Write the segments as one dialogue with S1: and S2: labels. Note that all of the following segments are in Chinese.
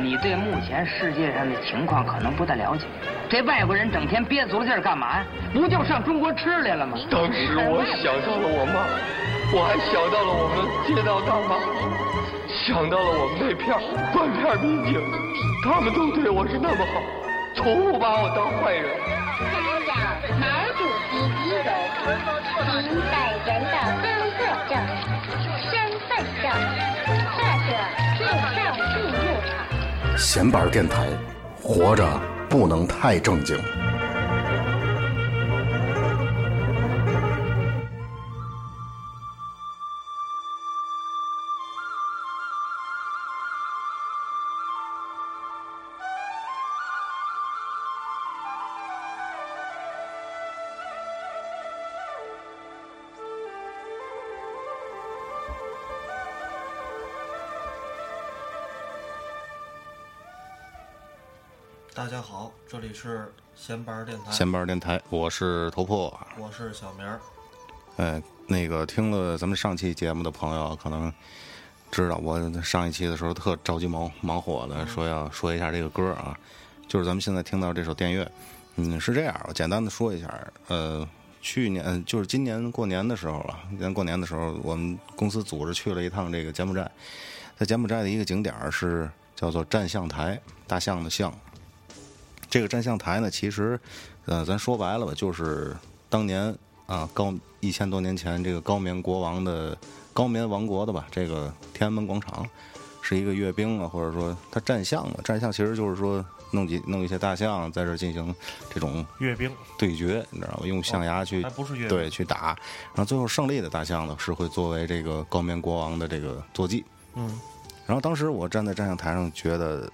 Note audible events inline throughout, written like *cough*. S1: 你对目前世界上的情况可能不太了解。这外国人整天憋足了劲儿干嘛呀？不就上中国吃来了吗？
S2: 当时我想到了我妈，我还想到了我们街道大妈，想到了我们那片儿断片儿民警，他们都对我是那么好，从不把我当坏人。
S3: 参照毛主席遗容，您本人的工作证、身份证，或者护照记录。
S4: 闲板电台，活着不能太正经。
S5: 大家好，这里是闲班儿电台，
S6: 闲班儿电台，我是头破。
S5: 我是小明儿。
S6: 哎，那个听了咱们上期节目的朋友可能知道，我上一期的时候特着急忙忙火的说要说一下这个歌啊，就是咱们现在听到这首《电乐》。嗯，是这样，我简单的说一下，呃，去年呃就是今年过年的时候吧，今年过年的时候，我们公司组织去了一趟这个柬埔寨，在柬埔寨的一个景点儿是叫做站象台，大象的象，这个站象台呢，其实，呃，咱说白了吧，就是当年啊，高一千多年前这个高棉国王的高棉王国的吧，这个天安门广场是一个阅兵啊，或者说它站象嘛，站象其实就是说弄几弄一些大象在这儿进行这种
S7: 阅兵
S6: 对决，你知道吗？用象牙去、
S7: 哦还不是阅兵
S6: 对去打，然后最后胜利的大象呢是会作为这个高棉国王的这个坐骑。
S7: 嗯，
S6: 然后当时我站在站象台上，觉得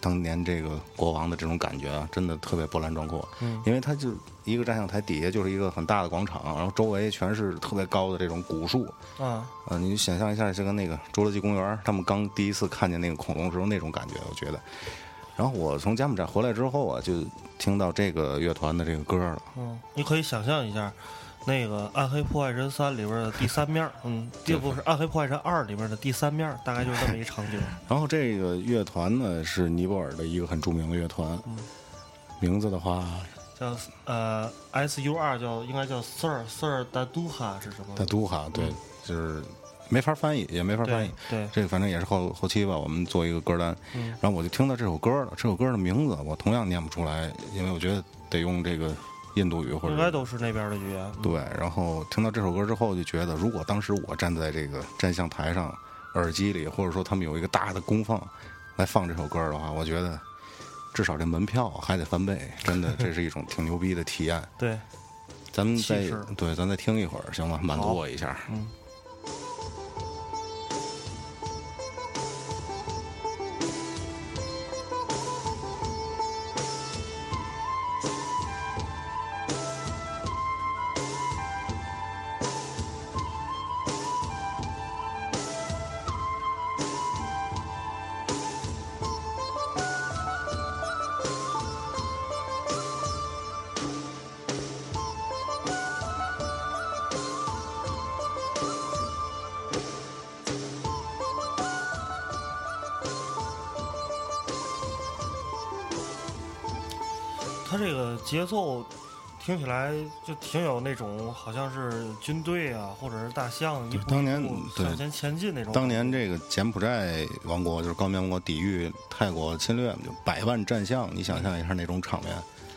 S6: 当年这个国王的这种感觉啊，真的特别波澜壮阔。
S7: 嗯，
S6: 因为它就一个站象台底下就是一个很大的广场，然后周围全是特别高的这种古树。
S7: 啊，
S6: 呃，你就想象一下，就跟那个侏罗纪公园他们刚第一次看见那个恐龙时候那种感觉，我觉得。然后我从柬埔寨回来之后啊，就听到这个乐团的这个歌了。
S7: 嗯，你可以想象一下，那个《暗黑破坏神三》里边的第三面儿，嗯，这不是《暗黑破坏神二》里边的第三面儿，大概就是这么一场 *laughs* 景。
S6: 然后这个乐团呢是尼泊尔的一个很著名的乐团，
S7: 嗯
S6: 名字的话，
S7: 叫呃 S U R 叫应该叫 Sir Sir 达都哈是什么？
S6: 大都哈，对，就是没法翻译，也没法翻译。
S7: 嗯对对嗯
S6: 这个反正也是后后期吧，我们做一个歌单。然后我就听到这首歌了，这首歌的名字我同样念不出来，因为我觉得得用这个印度语或
S7: 应该
S6: 者。
S7: 都是那边的语言。
S6: 对，然后听到这首歌之后，就觉得如果当时我站在这个站相台上，耳机里或者说他们有一个大的功放来放这首歌的话，我觉得至少这门票还得翻倍，真的，这是一种挺牛逼的体验。
S7: 对，
S6: 咱们再
S7: 气势
S6: 对，咱再听一会儿，行吗？满足
S7: 好
S6: 我一下。
S7: 嗯。它这个节奏听起来就挺有那种好像是军队啊，或者是大象一步
S6: 当年
S7: 一步
S6: 对
S7: 向前前进那种。
S6: 当年这个柬埔寨王国就是高棉王国抵御泰国侵略，就百万战象，你想象一下那种场面。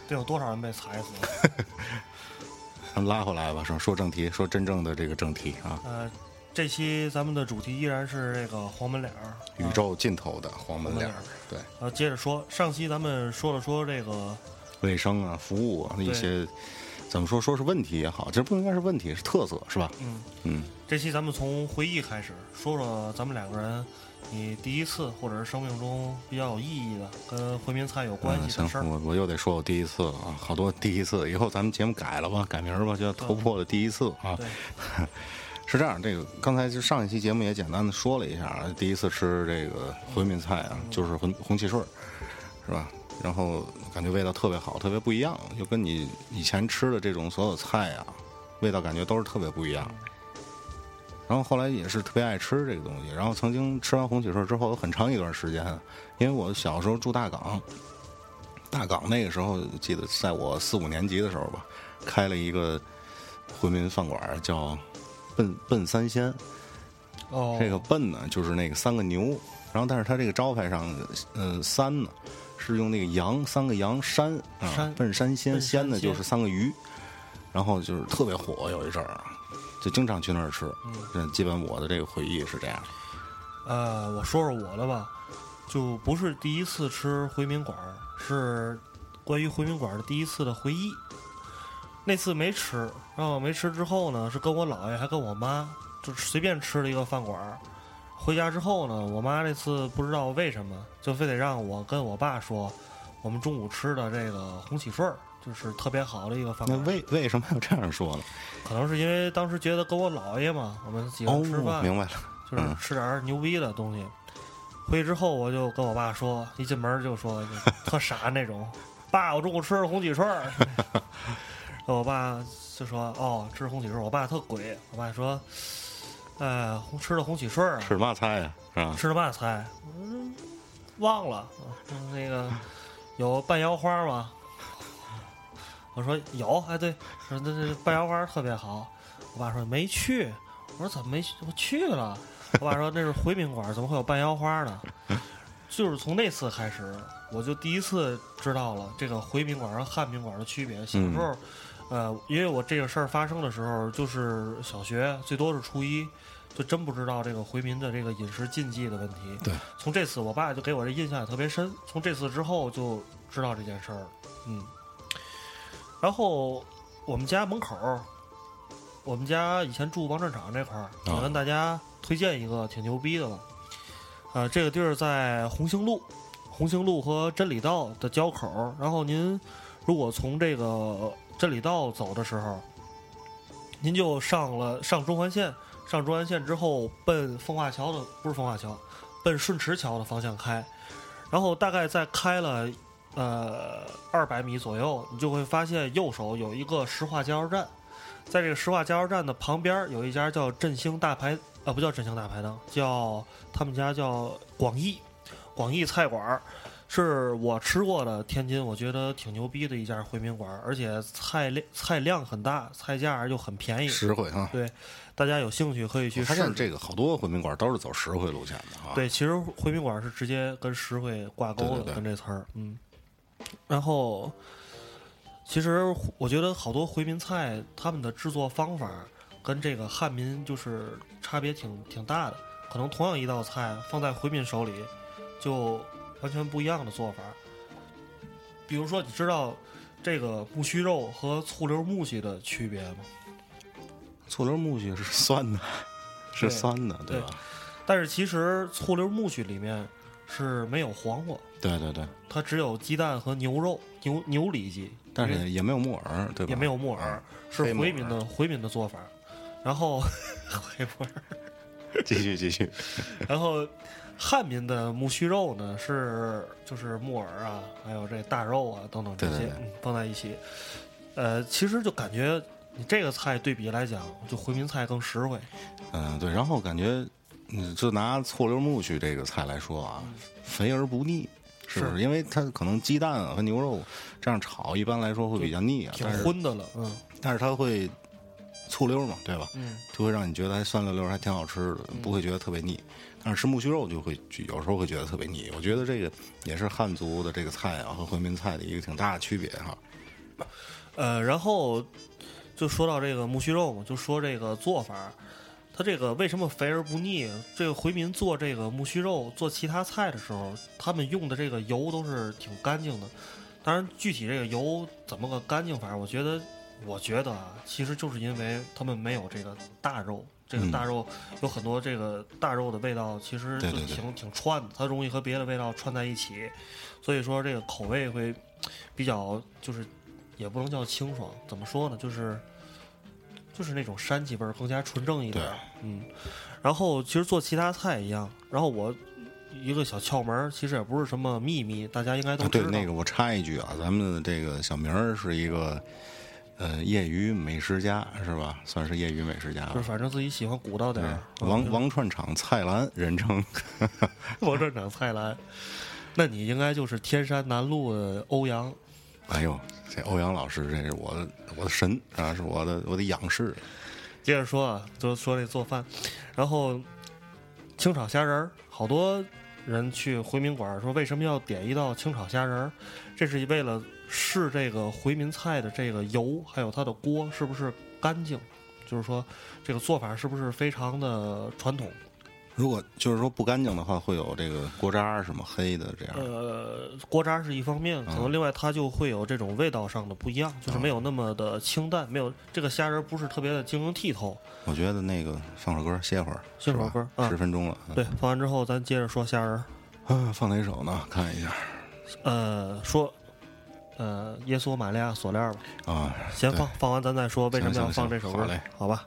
S7: 得有多少人被踩死？
S6: 咱们拉回来吧，说说正题，说真正的这个正题啊，
S7: 呃，这期咱们的主题依然是这个黄门脸儿。
S6: 宇宙尽头的黄门脸儿，对，
S7: 呃，接着说，上期咱们说了说这个，
S6: 卫生啊，服务啊，一些怎么说说是问题也好，其实不应该是问题，是特色是吧？
S7: 嗯，
S6: 嗯，
S7: 这期咱们从回忆开始，说说咱们两个人，你第一次或者是生命中比较有意义的跟回民菜有关
S6: 嗯
S7: 系的事儿
S6: 行，。我我又得说我第一次了啊，好多第一次，以后咱们节目改了吧，改名儿吧，叫头破的第一次啊。
S7: 对，
S6: *laughs* 是这样，这个刚才就上一期节目也简单的说了一下，啊，第一次吃这个回民菜啊，就是红红汽水儿，是吧？然后感觉味道特别好，特别不一样，就跟你以前吃的这种所有菜啊，味道感觉都是特别不一样。然后后来也是特别爱吃这个东西，然后曾经吃完红曲顺之后，有很长一段时间，啊因为我小时候住大港，大港那个时候记得在我四五年级的时候吧，开了一个回民饭馆叫笨笨三鲜，
S7: 哦，
S6: 这个笨呢，就是那个三个牛，然后但是它这个招牌上，呃，三呢是用那个羊，三个羊山啊，
S7: 山
S6: 笨山鲜
S7: 笨山
S6: 鲜呢
S7: 鲜
S6: 就是三个鱼，然后就是特别火，有一阵儿，啊就经常去那儿吃。嗯，基本我的这个回忆是这
S7: 嗯
S6: 样。
S7: 呃，我说说我的吧，就不是第一次吃回民馆儿，是关于回民馆儿的第一次的回忆。那次没吃，然后没吃之后呢，是跟我姥爷还跟我妈，就随便吃了一个饭馆儿。回家之后呢，我妈这次不知道为什么，就非得让我跟我爸说，我们中午吃的这个红喜顺儿，就是特别好的一个饭
S6: 那
S7: 馆儿。
S6: 为为什么要这样说呢？
S7: 可能是因为当时觉得跟我姥爷嘛，我们几个
S6: 哦
S7: 人吃饭，，
S6: 明白了，
S7: 就是吃点儿牛逼的东西。回去之后，我就跟我爸说，一进门儿就说特傻那种，爸，我中午吃了红几串儿。 *laughs* 我爸就说哦，吃红几顺儿。我爸特鬼，我爸说，呃，红吃了红几顺儿啊，
S6: 吃嘛菜呀、是吧？
S7: 吃的嘛菜？嗯，忘了。嗯那个有半腰花吗？我说有，哎对，说那那半腰花特别好。我爸说没去，我说怎么没去？我去了。我爸说那是回民馆，怎么会有半腰花呢？ *laughs* 就是从那次开始，我就第一次知道了这个回民馆和汉民馆的区别。小时候，呃，因为我这个事儿发生的时候，就是小学，最多是初一，就真不知道这个回民的这个饮食禁忌的问题。
S6: 对，
S7: 从这次我爸就给我这印象也特别深，从这次之后就知道这件事儿了。嗯，然后我们家门口儿，我们家以前住王站场这块儿，我跟大家推荐一个挺牛逼的吧。呃，这个地儿在红星路，红星路和真理道的交口儿。然后您如果从这个真理道走的时候，您就上了上中环线，上中环线之后奔奉化桥的不是奉化桥，奔顺驰桥的方向开，然后大概再开了呃二百米左右，你就会发现右手有一个石化加油站，在这个石化加油站的旁边有一家叫振兴大排啊、不叫振兴大排档，叫他们家叫广义广义菜馆儿。是我吃过的天津，我觉得挺牛逼的一家回民馆儿，而且菜量菜量很大，菜价又很便宜，
S6: 实惠啊！
S7: 对，大家有兴趣可以去
S6: 我发
S7: 试试。
S6: 现这个好多回民馆都是走实惠路线的啊。，
S7: 对，其实回民馆是直接跟实惠挂钩的，
S6: 对对对
S7: 跟这词儿，嗯。然后，其实我觉得好多回民菜他们的制作方法跟这个汉民就是差别挺挺大的，可能同样一道菜放在回民手里，就完全不一样的做法。比如说，你知道这个木须肉和醋溜木须的区别吗？
S6: 醋溜木须是酸的，是
S7: 对
S6: 酸的，对
S7: 对
S6: 吧？
S7: 但是其实醋溜木须里面是没有黄瓜，
S6: 对对对。
S7: 它只有鸡蛋和牛肉、牛牛里脊，
S6: 但是也没有木耳，对吧？嗯
S7: 也没有木耳，是
S6: 黑木
S7: 回民
S6: 耳
S7: 的回民的做法。然后 *laughs* 回木耳，
S6: 继续继续，
S7: 然后汉民的木须肉呢是就是木耳啊，还有这大肉啊等等这
S6: 对
S7: 些
S6: 对对
S7: 嗯放在一起。呃，其实就感觉你这个菜对比来讲，就回民菜更实惠。
S6: 嗯，对。然后感觉，嗯，就拿醋溜木须这个菜来说
S7: 嗯
S6: 啊，肥而不腻，是不是？因为它可能鸡蛋啊和牛肉这样炒，一般来说会比较腻啊，
S7: 挺
S6: 但是
S7: 荤的了，嗯
S6: 但是它会醋溜嘛，对吧？
S7: 嗯，
S6: 就会让你觉得还酸溜溜，还挺好吃的，不会觉得特别腻。但是吃木须肉就会有时候会觉得特别腻。我觉得这个也是汉族的这个菜啊和回民菜的一个挺大的区别哈、
S7: 呃，然后就说到这个木须肉嘛，就说这个做法，它这个为什么肥而不腻？这个回民做这个木须肉做其他菜的时候，他们用的这个油都是挺干净的。当然，具体这个油怎么个干净法，我觉得，我觉得啊，其实就是因为他们没有这个大肉，这个
S6: 嗯
S7: 大肉有很多这个大肉的味道，其实就
S6: 对
S7: 挺
S6: 对对
S7: 挺串的，它容易和别的味道串在一起，所以说这个口味会比较就是也不能叫清爽，怎么说呢？就是就是那种膻气味儿更加纯正一点儿。嗯，然后其实做其他菜一样，然后我一个小窍门儿，其实也不是什么秘密，大家应该都
S6: 啊，
S7: 知
S6: 对，
S7: 道。
S6: 那个我插一句啊，咱们这个小明儿是一个呃业余美食家是吧？算是业余美食家
S7: 就是
S6: 吧。
S7: 反正自己喜欢鼓捣点儿。
S6: 王王串场蔡澜人称， *laughs*
S7: 王站长蔡澜，那你应该就是天山南路的欧阳，
S6: 哎呦，这欧阳老师这是我的我的神啊，是我的我的仰视。
S7: 接着说啊，就说那做饭，然后清炒虾仁儿，好多人去回民馆儿说为什么要点一道清炒虾仁儿？这是为了试这个回民菜的这个油，还有它的锅是不是干净，就是说这个做法是不是非常的传统？
S6: 如果就是说不干净的话，会有这个锅渣儿什么黑的这样。
S7: 呃，锅渣是一方面，可能另外它就会有这种味道上的不一样，就是没有那么的清淡，没有这个虾仁儿不是特别的晶莹剔透。
S6: 我觉得那个放首歌歇会儿，
S7: 歇会儿歌啊
S6: 十分钟了。嗯
S7: 对，放完之后咱接着说虾仁儿。
S6: 啊，放哪首呢？看一下
S7: 呃，说，呃，耶稣、玛利亚、锁链儿吧，
S6: 啊，
S7: 先
S6: 对
S7: 放，放完咱再说为什么
S6: 行
S7: 要
S6: 行
S7: 放
S6: 行
S7: 这首歌，
S6: 好嘞
S7: 好吧？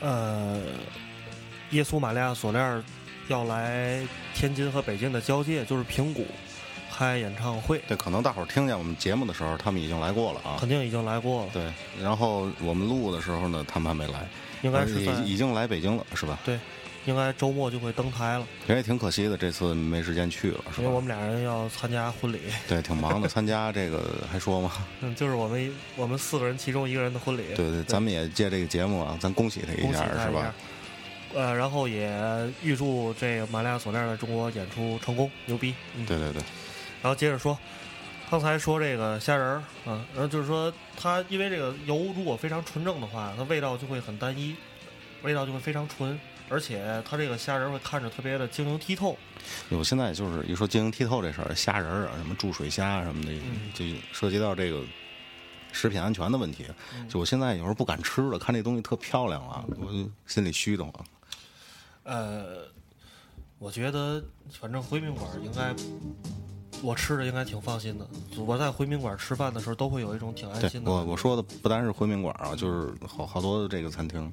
S7: 呃，耶稣、玛利亚、锁链儿要来天津和北京的交界，就是平谷开演唱会，
S6: 对，可能大伙儿听见我们节目的时候，他们已经来过了啊
S7: 肯。定已经来过了，
S6: 对，然后我们录的时候呢，他们还没来，
S7: 应该是在
S6: 呃已已经来北京了，是吧？
S7: 对，应该周末就会登台了，
S6: 人也挺可惜的，这次没时间去了，是
S7: 因为我
S6: 吧？
S7: 们俩人要参加婚礼， *laughs*
S6: 对，挺忙的，参加这个还说吗？
S7: 嗯，就是我们我们四个人其中一个人的婚礼，
S6: 对对，咱们也借这个节目啊，咱恭喜他
S7: 恭
S6: 一
S7: 喜
S6: 下，
S7: 他
S6: 是
S7: 一
S6: 吧
S7: 下？？呃，然后也预祝这个玛利亚锁链在中国演出成功，牛逼！嗯，
S6: 对对对，
S7: 然后接着说，刚才说这个虾仁儿啊，然后就是说它因为这个油如果非常纯正的话，它味道就会很单一，味道就会非常纯，而且它这个虾仁儿会看着特别的晶莹剔透。
S6: 我现在就是一说晶莹剔透这事儿，虾仁儿啊，什么注水虾什么的，
S7: 嗯
S6: 就涉及到这个食品安全的问题。
S7: 嗯
S6: 就我现在有时候不敢吃了，看这东西特漂亮啊，我就心里虚的慌。
S7: 呃，我觉得反正回民馆儿应该。我吃的应该挺放心的，我在回民馆儿吃饭的时候都会有一种挺安
S6: 对
S7: 心的。
S6: 我我说的不单是回民馆啊，就是好好多这个餐厅，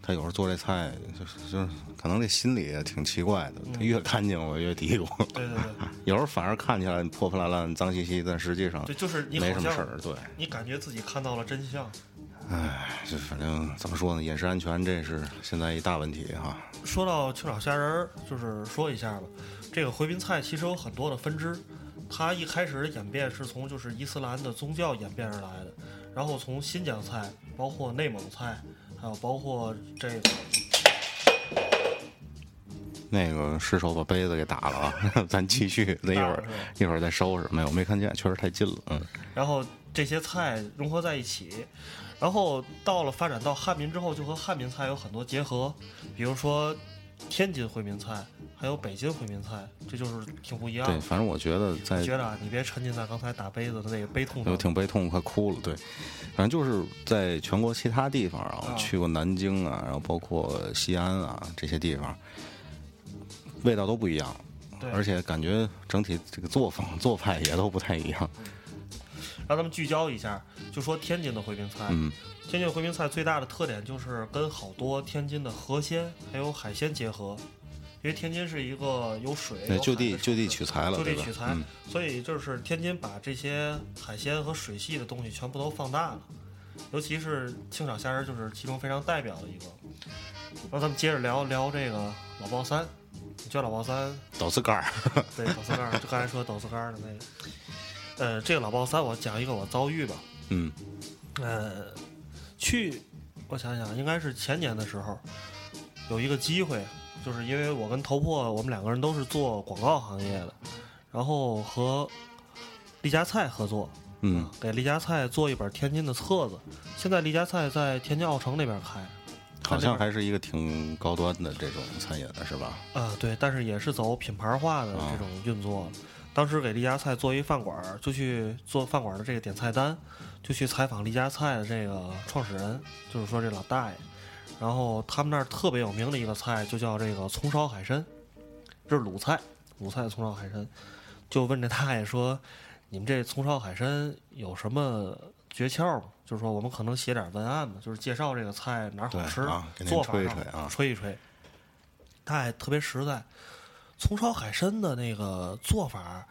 S6: 他有时候做这菜就是就是可能这心里也挺奇怪的，他越干净我越嘀咕，
S7: 嗯对对对，
S6: *laughs* 有时候反而看起来破破烂烂、脏兮兮，但实际上
S7: 对，就是你好
S6: 没什么
S7: 像
S6: 事儿。对，
S7: 你感觉自己看到了真相。
S6: 唉，这反正怎么说呢，饮食安全这是现在一大问题哈。
S7: 说到清炒虾仁儿，就是说一下吧，这个回民菜其实有很多的分支，它一开始的演变是从就是伊斯兰的宗教演变而来的，然后从新疆菜，包括内蒙菜，还有包括这个
S6: 那个失手把杯子给打了啊， *laughs* 咱继续，咱一会儿
S7: 打了是吧
S6: 一会儿再收拾。没有，没看见，确实太近了。嗯，
S7: 然后这些菜融合在一起，然后到了发展到汉民之后，就和汉民菜有很多结合，比如说天津回民菜，还有北京回民菜，这就是挺不一样
S6: 对，
S7: 的。
S6: 反正我觉得在
S7: 觉得啊，你别沉浸在刚才打杯子的那个悲痛
S6: 我
S7: 中。
S6: 挺悲痛，快哭了。对，反正就是在全国其他地方啊，我
S7: 啊
S6: 去过南京啊，然后包括西安啊这些地方，味道都不一样。
S7: 对，
S6: 而且感觉整体这个作风做派也都不太一样。
S7: 让咱们聚焦一下，就说天津的回民菜。
S6: 嗯，
S7: 天津回民菜最大的特点就是跟好多天津的河鲜还有海鲜结合，因为天津是一个有水、有
S6: 那
S7: 海
S6: 就
S7: 的
S6: 地
S7: 城
S6: 就地
S7: 市
S6: 取材了，
S7: 就
S6: 对
S7: 地
S6: 吧？
S7: 取材
S6: 嗯，，
S7: 所以就是天津把这些海鲜和水系的东西全部都放大了，尤其是清炒虾仁儿就是其中非常代表的一个。然后咱们接着聊聊这个老鲍三，你觉得老鲍
S6: *laughs*
S7: 三
S6: 倒刺杆儿，
S7: 对倒四干儿，就刚才说倒四干儿的那个。呃，这个老鲍三，我讲一个我遭遇吧。
S6: 嗯，
S7: 呃，去，我想想，应该是前年的时候，有一个机会，就是因为我跟头破，我们两个人都是做广告行业的，然后和丽家菜合作，
S6: 嗯，
S7: 给丽家菜做一本天津的册子。现在丽家菜在天津奥城那边开，
S6: 好像还是一个挺高端的这种餐饮的
S7: *laughs*
S6: 是吧？
S7: 啊，对，但是也是走品牌化的这种运作。当时给丽家菜做一饭馆儿，就去做饭馆儿的这个点菜单，就去采访丽家菜的这个创始人，就是说这老大爷。然后他们那儿特别有名的一个菜就叫这个葱烧海参，这是鲁菜，鲁菜葱烧海参。就问这大爷说：“你们这葱烧海参有什么诀窍吗？”就是说我们可能写点文案嘛，就是介绍这个菜哪儿好
S6: 对
S7: 吃，
S6: 啊给您
S7: 做法
S6: 吹一
S7: 上
S6: 吹啊
S7: 吹一吹。大爷特别实在，葱烧海参的那个做法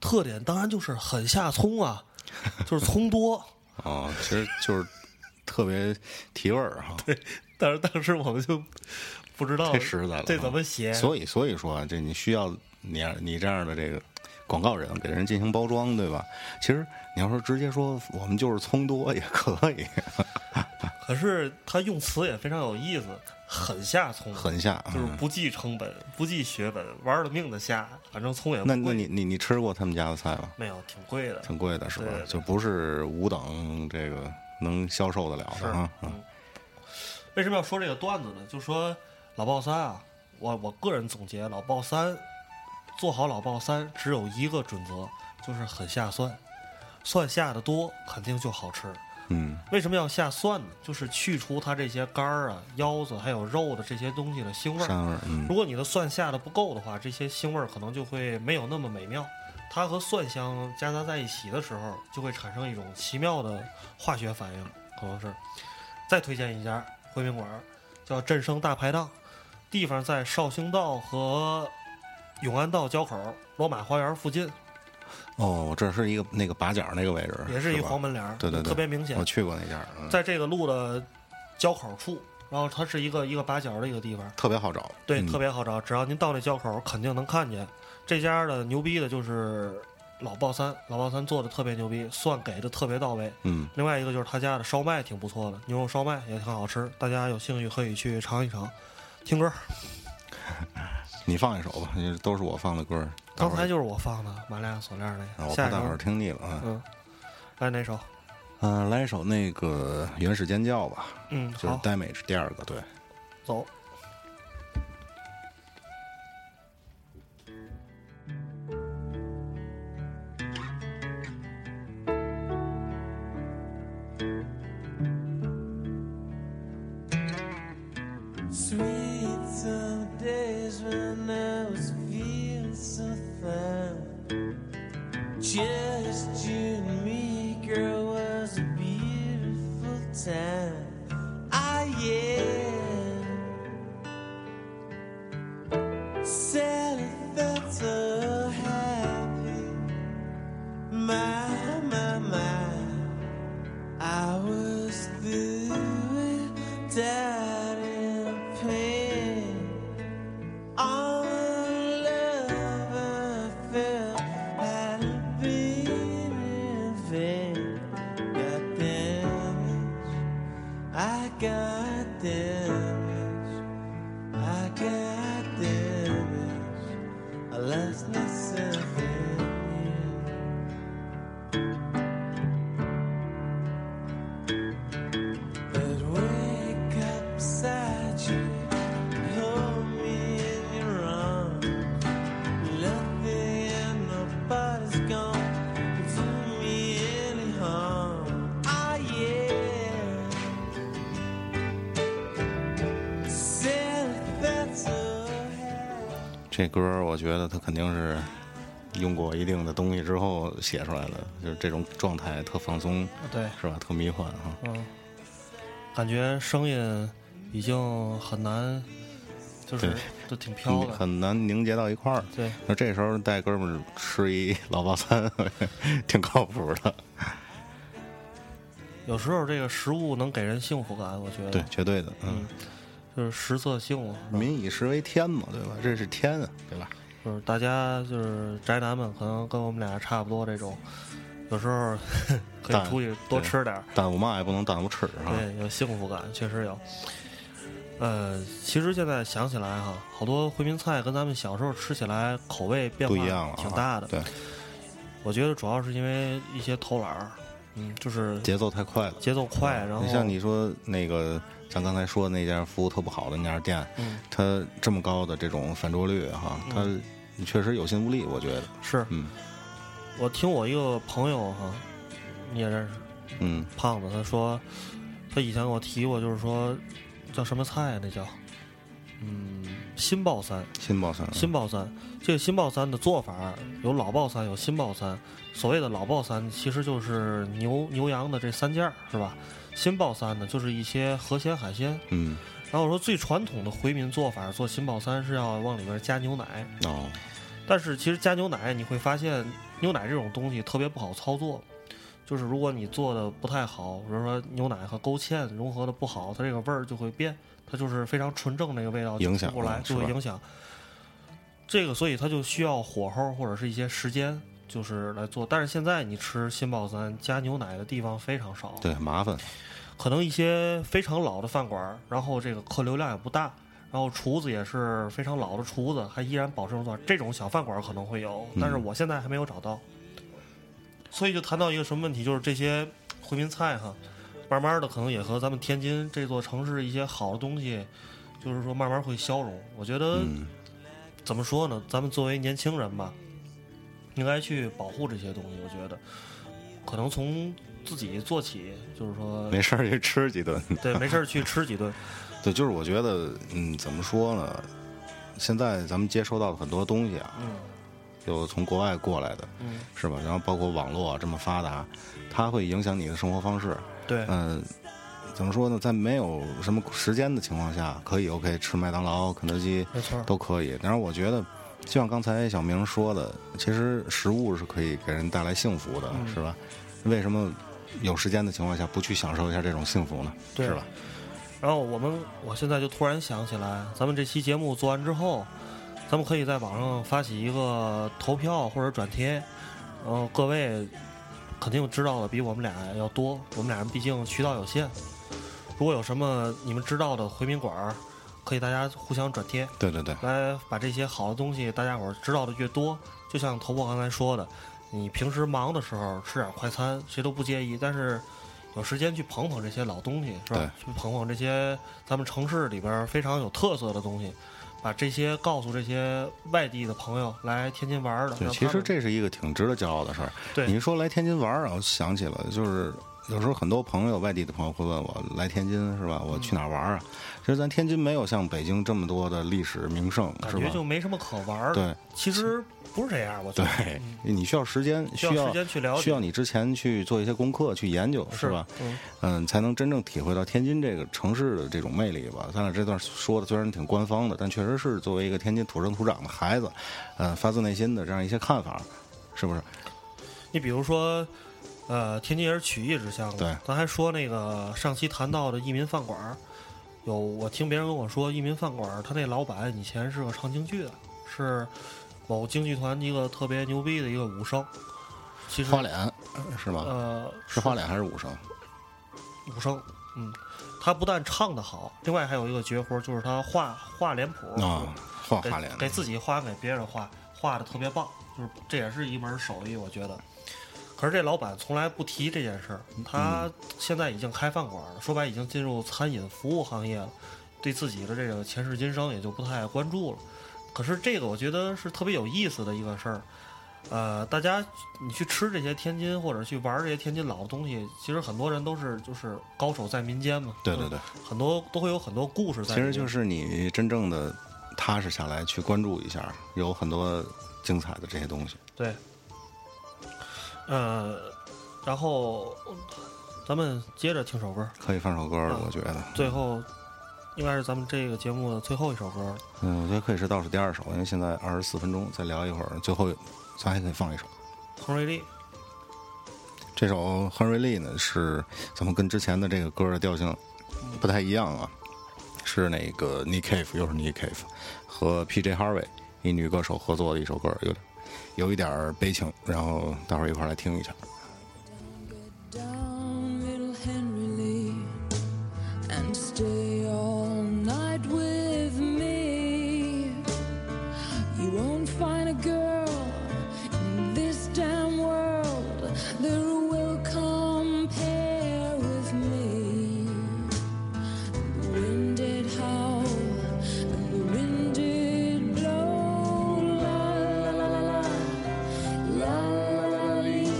S7: 特点，当然就是很下葱啊，就是葱多。
S6: 哦，其实就是特别提味儿哈，
S7: *laughs* 但是当时我们就不知道
S6: 太实在了啊，
S7: 这怎么写，
S6: 所以所以说啊，这你需要你啊你这样的这个广告人给人进行包装，对吧？其实你要说直接说我们就是葱多也可以， *laughs*
S7: 可是他用词也非常有意思，很下葱，
S6: 很下啊。
S7: 就是不计成本、不计学本，玩了命的下，反正葱也不
S6: 那
S7: 贵。
S6: 那你你你吃过他们家的菜吗？
S7: 没有挺贵的，
S6: 挺贵的是吧
S7: 对对？对
S6: 就不是五等这个能销售得了
S7: 是
S6: 的啊。嗯
S7: 嗯。为什么要说这个段子呢？就说老鲍三啊，我我个人总结，老鲍三做好老鲍三只有一个准则，就是很下蒜，蒜下的多肯定就好吃。
S6: 嗯，
S7: 为什么要下蒜呢？就是去除它这些肝儿啊、腰子还有肉的这些东西的腥味儿。
S6: 膻味儿，嗯
S7: 如果你的蒜下的不够的话，这些腥味儿可能就会没有那么美妙。它和蒜香夹杂在一起的时候，就会产生一种奇妙的化学反应，可能是。再推荐一家回民馆儿，叫振生大排档，地方在绍兴道和永安道交口，罗马花园附近，
S6: 哦，这是一个那个把角那个位置，
S7: 也是一
S6: 吧
S7: 黄门帘儿，
S6: 对对对
S7: 特别明显
S6: 我。去过那家儿，嗯
S7: 在这个路的交口处，然后它是一个一个八角的一个地方，
S6: 特别好找，
S7: 对，
S6: 嗯
S7: 特别好找。只要您到那交口，肯定能看见。这家的牛逼的就是老鲍三，老鲍三做的特别牛逼，蒜给的特别到位。
S6: 嗯，
S7: 另外一个就是他家的烧麦挺不错的，牛肉烧麦也挺好吃，大家有兴趣可以去尝一尝。听歌，
S6: 你放一首吧，因为都是我放的歌儿。
S7: 刚才
S6: 就
S7: 就是我放的《马来亚锁链》那
S6: 我
S7: 个，
S6: 怕
S7: 下一
S6: 大伙儿
S7: 首，
S6: 听腻了啊。
S7: 嗯，来哪首？
S6: 嗯，来一首那个《原始尖叫》吧，
S7: 嗯，
S6: 就是
S7: 好，
S6: Damage 第二个，对。
S7: 走。
S8: Sweet summer days when I was feeling so fine. Just you and me, girl, was a beautiful time. Ah, yeah. Sally felt so happy. My, my, my. I was through it, down in pain. All the love I felt had been in vain. Got damaged, I got damaged, I got damaged. I lost myself in you. But wake up beside you, hold me in your arms. Nothing and nobody's gone to me any harm. Ah, yeah. Said that's so happy.
S6: 这歌儿我觉得他肯定是用过一定的东西之后写出来的，就是这种状态特放松，
S7: 对，
S6: 是吧？特迷幻啊。
S7: 嗯，感觉声音已经很难，就是
S6: 对嗯
S7: 都挺飘的。
S6: 很难凝结到一块儿。
S7: 对，
S6: 那这时候带哥们儿吃一老爆餐， *laughs* 挺靠谱的。
S7: 有时候这个食物能给人幸福感，我觉得
S6: 对，，绝对的。嗯，
S7: 就是食色性嘛，
S6: 民以食为天嘛，对吧？这是天啊，对吧？
S7: 就是大家就是宅男们，可能跟我们俩差不多这种，有时候可
S6: 但
S7: 以出去多
S6: 对
S7: 吃点儿，
S6: 耽误嘛也不能耽误吃啊。
S7: 对，有幸福感，确实有。呃，其实现在想起来哈，好多回民菜跟咱们小时候吃起来口味变
S6: 不
S7: 化
S6: 一样了啊，
S7: 挺大的。
S6: 对，
S7: 我觉得主要是因为一些偷懒儿，嗯，就是
S6: 节奏太快了。
S7: 节奏快，然后
S6: 你像你说那个，咱刚才说的那家服务特不好的那家店，
S7: 嗯
S6: 它这么高的这种反桌率哈，它你确实有心无力，我觉得，
S7: 是
S6: 嗯
S7: 我听我一个朋友哈，你也认识
S6: 嗯，
S7: 胖子，他说他以前给我提过，就是说叫什么菜啊？那叫嗯新爆三，
S6: 新爆三，
S7: 新爆三，这个新爆三的做法有老爆三，有新爆三。所谓的老爆三，其实就是牛牛羊的这三件儿，是吧？新爆三呢，就是一些河鲜海鲜。
S6: 嗯
S7: 然后我说最传统的回民做法做新爆三是要往里边加牛奶，
S6: 哦，
S7: 但是其实加牛奶你会发现，牛奶这种东西特别不好操作，就是如果你做的不太好，比如说牛奶和勾芡融合的不好，它这个味儿就会变，它就是非常纯正那个味道就
S6: 影
S7: 出
S6: 响
S7: 不来
S6: 了
S7: 就会
S6: 是吧
S7: 影响。这个所以它就需要火候或者是一些时间，就是来做。但是现在你吃新宝三加牛奶的地方非常少，
S6: 对，麻烦，
S7: 可能一些非常老的饭馆儿，然后这个客流量也不大，然后厨子也是非常老的厨子，还依然保持住做这种小饭馆儿可能会有，但是我现在还没有找到。所以就谈到一个什么问题，就是这些回民菜哈，慢慢的可能也和咱们天津这座城市一些好的东西，就是说慢慢会消融。我觉得
S6: 嗯，
S7: 怎么说呢？咱们作为年轻人吧，应该去保护这些东西。我觉得，可能从自己做起，就是说
S6: 没事儿去吃几顿， *laughs*
S7: 对，没事儿去吃几顿。
S6: 对，就是我觉得，嗯，怎么说呢？现在咱们接收到的很多东西啊，
S7: 嗯
S6: 有从国外过来的，
S7: 嗯，
S6: 是吧？然后包括网络啊这么发达，它会影响你的生活方式。
S7: 对，
S6: 嗯、怎么说呢？在没有什么时间的情况下，可以 OK 吃麦当劳、肯德基
S7: 没错儿，
S6: 都可以。但是我觉得，就像刚才小明说的，其实食物是可以给人带来幸福的，
S7: 嗯
S6: 是吧？为什么有时间的情况下不去享受一下这种幸福呢？
S7: 对
S6: 是吧？
S7: 然后我们，我现在就突然想起来，咱们这期节目做完之后，咱们可以在网上发起一个投票或者转贴，然后各位肯定知道的比我们俩要多，我们俩人毕竟渠道有限。如果有什么你们知道的回民馆儿，可以大家互相转贴，
S6: 对对对，
S7: 来把这些好的东西大家伙儿知道的越多，就像头破刚才说的，你平时忙的时候吃点快餐，谁都不介意，但是有时间去捧捧这些老东西，是吧？去捧捧这些咱们城市里边儿非常有特色的东西，把这些告诉这些外地的朋友来天津玩儿的。
S6: 对，
S7: 让
S6: 其
S7: 他
S6: 实
S7: 们
S6: 这是一个挺值得骄傲的事儿。
S7: 对
S6: 你说来天津玩儿啊，我想起了，就是有时候很多朋友，外地的朋友会问我，来天津是吧？我
S7: 嗯
S6: 去哪儿玩儿啊？其实咱天津没有像北京这么多的历史名胜，
S7: 感
S6: 是
S7: 觉
S6: 吧？
S7: 就没什么可玩儿的。
S6: 对，
S7: 其实不是这样，我觉
S6: 对
S7: 得。，
S6: 你需要时间，
S7: 嗯需要时间去了解
S6: 需要你之前去做一些功课，去研究，
S7: 是
S6: 吧？
S7: 嗯
S6: 嗯，才能真正体会到天津这个城市的这种魅力吧。咱俩这段说的虽然挺官方的，但确实是作为一个天津土生土长的孩子，嗯，发自内心的这样一些看法，是不是？
S7: 你比如说，呃，天津也是曲艺之乡嘛。
S6: 对
S7: 咱还说那个上期谈到的益民饭馆儿，有我听别人跟我说，益民饭馆儿他那老板以前是个唱京剧的，是某京剧团一个特别牛逼的一个武生。其实
S6: 花脸是吧？
S7: 呃
S6: 是花脸还是武生？
S7: 武生，嗯，他不但唱得好，另外还有一个绝活儿就是他画画脸谱儿
S6: 啊，画
S7: 给
S6: 花脸，
S7: 给自己画给别人画，画的特别棒，就是这也是一门手艺，我觉得。可是这老板从来不提这件事儿，他
S6: 嗯
S7: 现在已经开饭馆了，说白已经进入餐饮服务行业了，对自己的这个前世今生也就不太关注了。可是这个我觉得是特别有意思的一个事儿，呃，大家你去吃这些天津或者去玩这些天津老的东西，其实很多人都是就是高手在民间嘛，
S6: 对对，对，
S7: 很多都会有很多故事在
S6: 其
S7: 里面，
S6: 实就是你真正的踏实下来去关注一下，有很多精彩的这些东西。
S7: 对，呃，然后咱们接着听首歌，
S6: 可以放首歌了，
S7: 嗯
S6: 我觉得。
S7: 最后应该是咱们这个节目的最后一首歌。
S6: 嗯，我觉得可以是倒数第二首，因为现在二十四分钟，再聊一会儿，最后咱还可以放一首。
S7: 亨瑞利，
S6: 这首《亨瑞利》呢，是咱们跟之前的这个歌的调性不太一样啊，是那个 Nick Cave，又是 Nick Cave 和 P.J. Harvey 一女歌手合作的一首歌，有点有一点儿悲情，然后待会儿一块儿来听一下。
S9: down little Henry Lee and stay all night with me. You won't find a girl in this damn world that will compare with me. The wind did howl and the wind did blow. La la la la la la la la lee.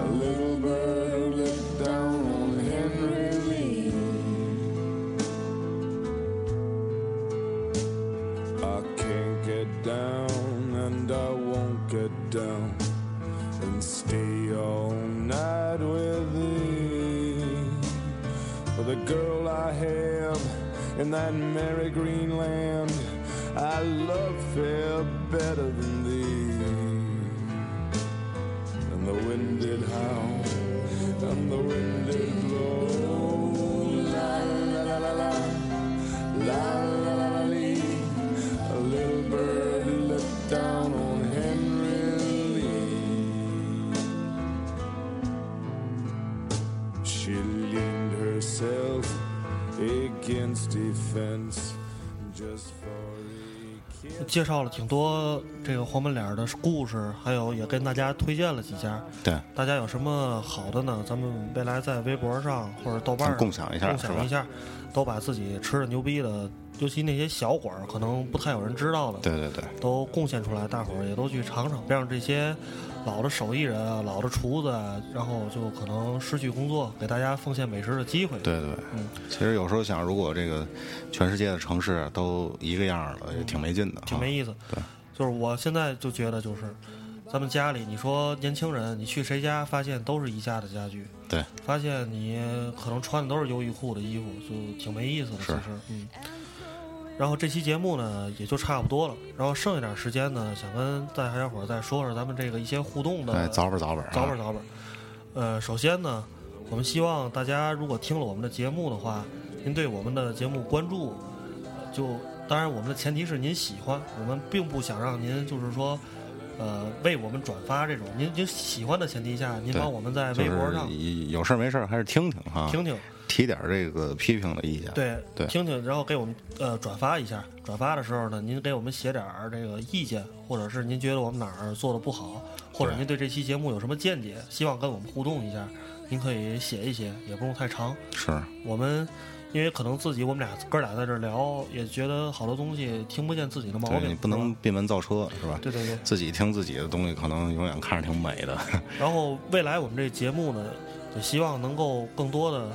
S9: A little bird lived down on Henry Lee.
S10: I can't get down and I won't get down and stay all night with thee. For the girl I have in that merry green land, I love fair better than thee. And the wind did howl and the wind did blow. La la la la la la la la la. lee. A little bird looked down on Henry Lee. She leaned herself against a fence just for a kiss.
S7: 介绍了挺多这个黄门脸儿的故事，还有也跟大家推荐了几家。
S6: 对，
S7: 大家有什么好的呢？咱们未来在微博上或者豆瓣
S6: 咱
S7: 上
S6: 们共享一下
S7: 共
S6: 是吧
S7: 享一下，都把自己吃的牛逼的，尤其那些小馆儿，可能不太有人知道的，
S6: 对对对，
S7: 都贡献出来，大伙儿也都去尝尝，别让这些老的手艺人啊、老的厨子啊，然后就可能失去工作，给大家奉献美食的机会。
S6: 对对，
S7: 嗯
S6: 其实有时候想，如果这个全世界的城市都一个样儿了，也挺没劲的啊哈，
S7: 挺没意思。
S6: 对，
S7: 就是我现在就觉得，就是咱们家里，你说年轻人，你去谁家发现都是宜家的家具，
S6: 对，
S7: 发现你可能穿的都是优衣库的衣服，就挺没意思的。其
S6: 是
S7: 实，嗯。然后这期节目呢也就差不多了，然后剩下点时间呢，想跟大家伙儿再说说咱们这个一些互动的
S6: 哎，早本早本
S7: 早本
S6: 啊，
S7: 早本。呃，首先呢，我们希望大家如果听了我们的节目的话，您对我们的节目关注，呃就当然我们的前提是您喜欢，我们并不想让您就是说，呃，为我们转发这种，您您喜欢的前提下，您
S6: 对
S7: 帮我们在
S6: 就
S7: 微博上
S6: 是啊一有事儿没事儿还是听听哈，
S7: 听听，
S6: 提点儿这个批评的意见，
S7: 对
S6: 对
S7: 听听，然后给我们呃转发一下。转发的时候呢，您给我们写点儿这个意见，或者是您觉得我们哪儿做的不好，或者
S6: 对
S7: 您对这期节目有什么见解，希望跟我们互动一下，您可以写一写，也不用太长。
S6: 是。
S7: 我们因为可能自己我们俩哥俩在这儿聊，也觉得好多东西听不见自己的毛
S6: 对
S7: 病，
S6: 你不
S7: 是
S6: 能
S7: 吧
S6: 闭门造车，是吧？
S7: 对对对。
S6: 自己听自己的东西，可能永远看着挺美的。
S7: 然后未来我们这节目呢，也希望能够更多的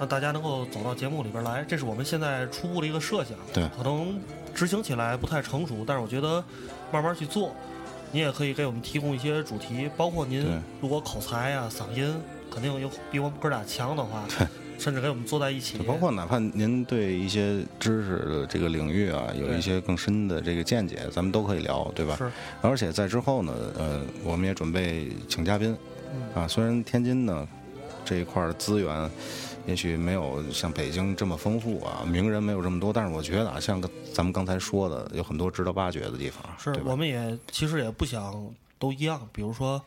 S7: 让大家能够走到节目里边来，这是我们现在初步的一个设想。
S6: 对
S7: 可能执行起来不太成熟，但是我觉得慢慢去做，你也可以给我们提供一些主题，包括您
S6: 对
S7: 如果口才啊、嗓音肯定有比我们哥俩强的话，甚至给我们坐在一起，
S6: 包括哪怕您对一些知识的这个领域啊，有
S7: 对
S6: 一些更深的这个见解，咱们都可以聊，对吧？
S7: 是
S6: 而且在之后呢，呃，我们也准备请嘉宾，
S7: 嗯
S6: 啊，虽然天津呢这一块儿资源也许没有像北京这么丰富啊，名人没有这么多，但是我觉得啊，像个咱们刚才说的，有很多值得挖掘的地方，
S7: 是
S6: 对吧
S7: 我们也其实也不想都一样，比如说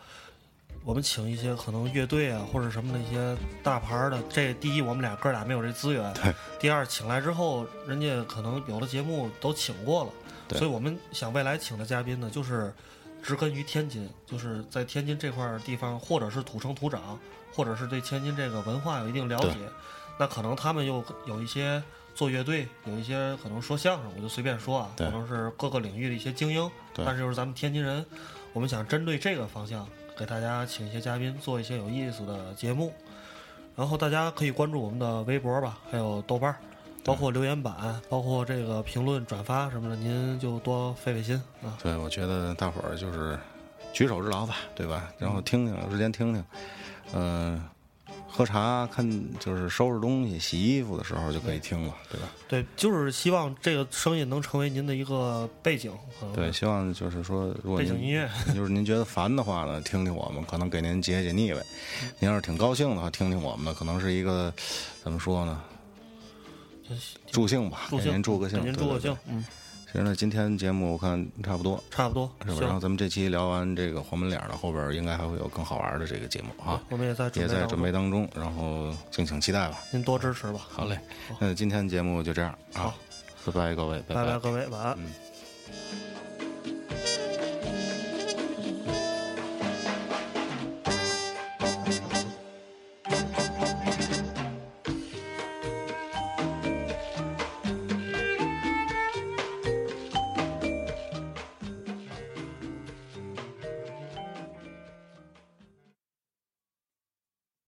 S7: 我们请一些可能乐队啊或者什么的一些大牌儿的，这第一我们俩哥俩没有这资源，
S6: 对，
S7: 第二请来之后，人家可能有的节目都请过了，
S6: 对
S7: 所以我们想未来请的嘉宾呢，就是植根于天津，就是在天津这块儿地方，或者是土生土长，或者是对天津这个文化有一定了解
S6: 对，
S7: 那可能他们又有一些做乐队，有一些可能说相声，我就随便说啊，
S6: 对
S7: 可能是各个领域的一些精英，
S6: 对
S7: 但是就是咱们天津人，我们想针对这个方向，给大家请一些嘉宾，做一些有
S6: 嗯
S7: 意思的节目。然后大家可以关注我们的微博吧，还有豆瓣儿，包括留言板，包括这个评论、转发什么的，您就多费费心啊。
S6: 对，我觉得大伙儿就是举手之劳吧，对吧？然后听听，有时间听听，嗯、喝茶看就是收拾东西、洗衣服的时候就可以听了，对吧？
S7: 对，就是希望这个声音能成为您的一个背景。可能
S6: 对，希望就是说，如果
S7: 背
S6: 您
S7: 景音乐
S6: *laughs* 就是您觉得烦的话呢，听听我们，可能给您解解腻味；
S7: 嗯
S6: 您要是挺高兴的话，听听我们的，可能是一个怎么说呢？助兴吧，
S7: 呃助
S6: 给您
S7: 兴，
S6: 助个兴，
S7: 给您助个
S6: 对对对
S7: 兴，嗯，
S6: 其实呢，今天节目我看差不多，
S7: 差不多
S6: 是吧？
S7: 行
S6: 嗯然后咱们这期聊完这个黄门脸儿了，后边儿应该还会有更好玩儿的这个节目啊，
S7: 嗯我们也在准备
S6: 也
S7: 当
S6: 在
S7: 中
S6: 准备当中，然后敬请期待吧。
S7: 您多支持吧。
S6: 好嘞，那今天节目就这样啊，拜拜各位，
S7: 拜拜，各位，晚安。
S6: 嗯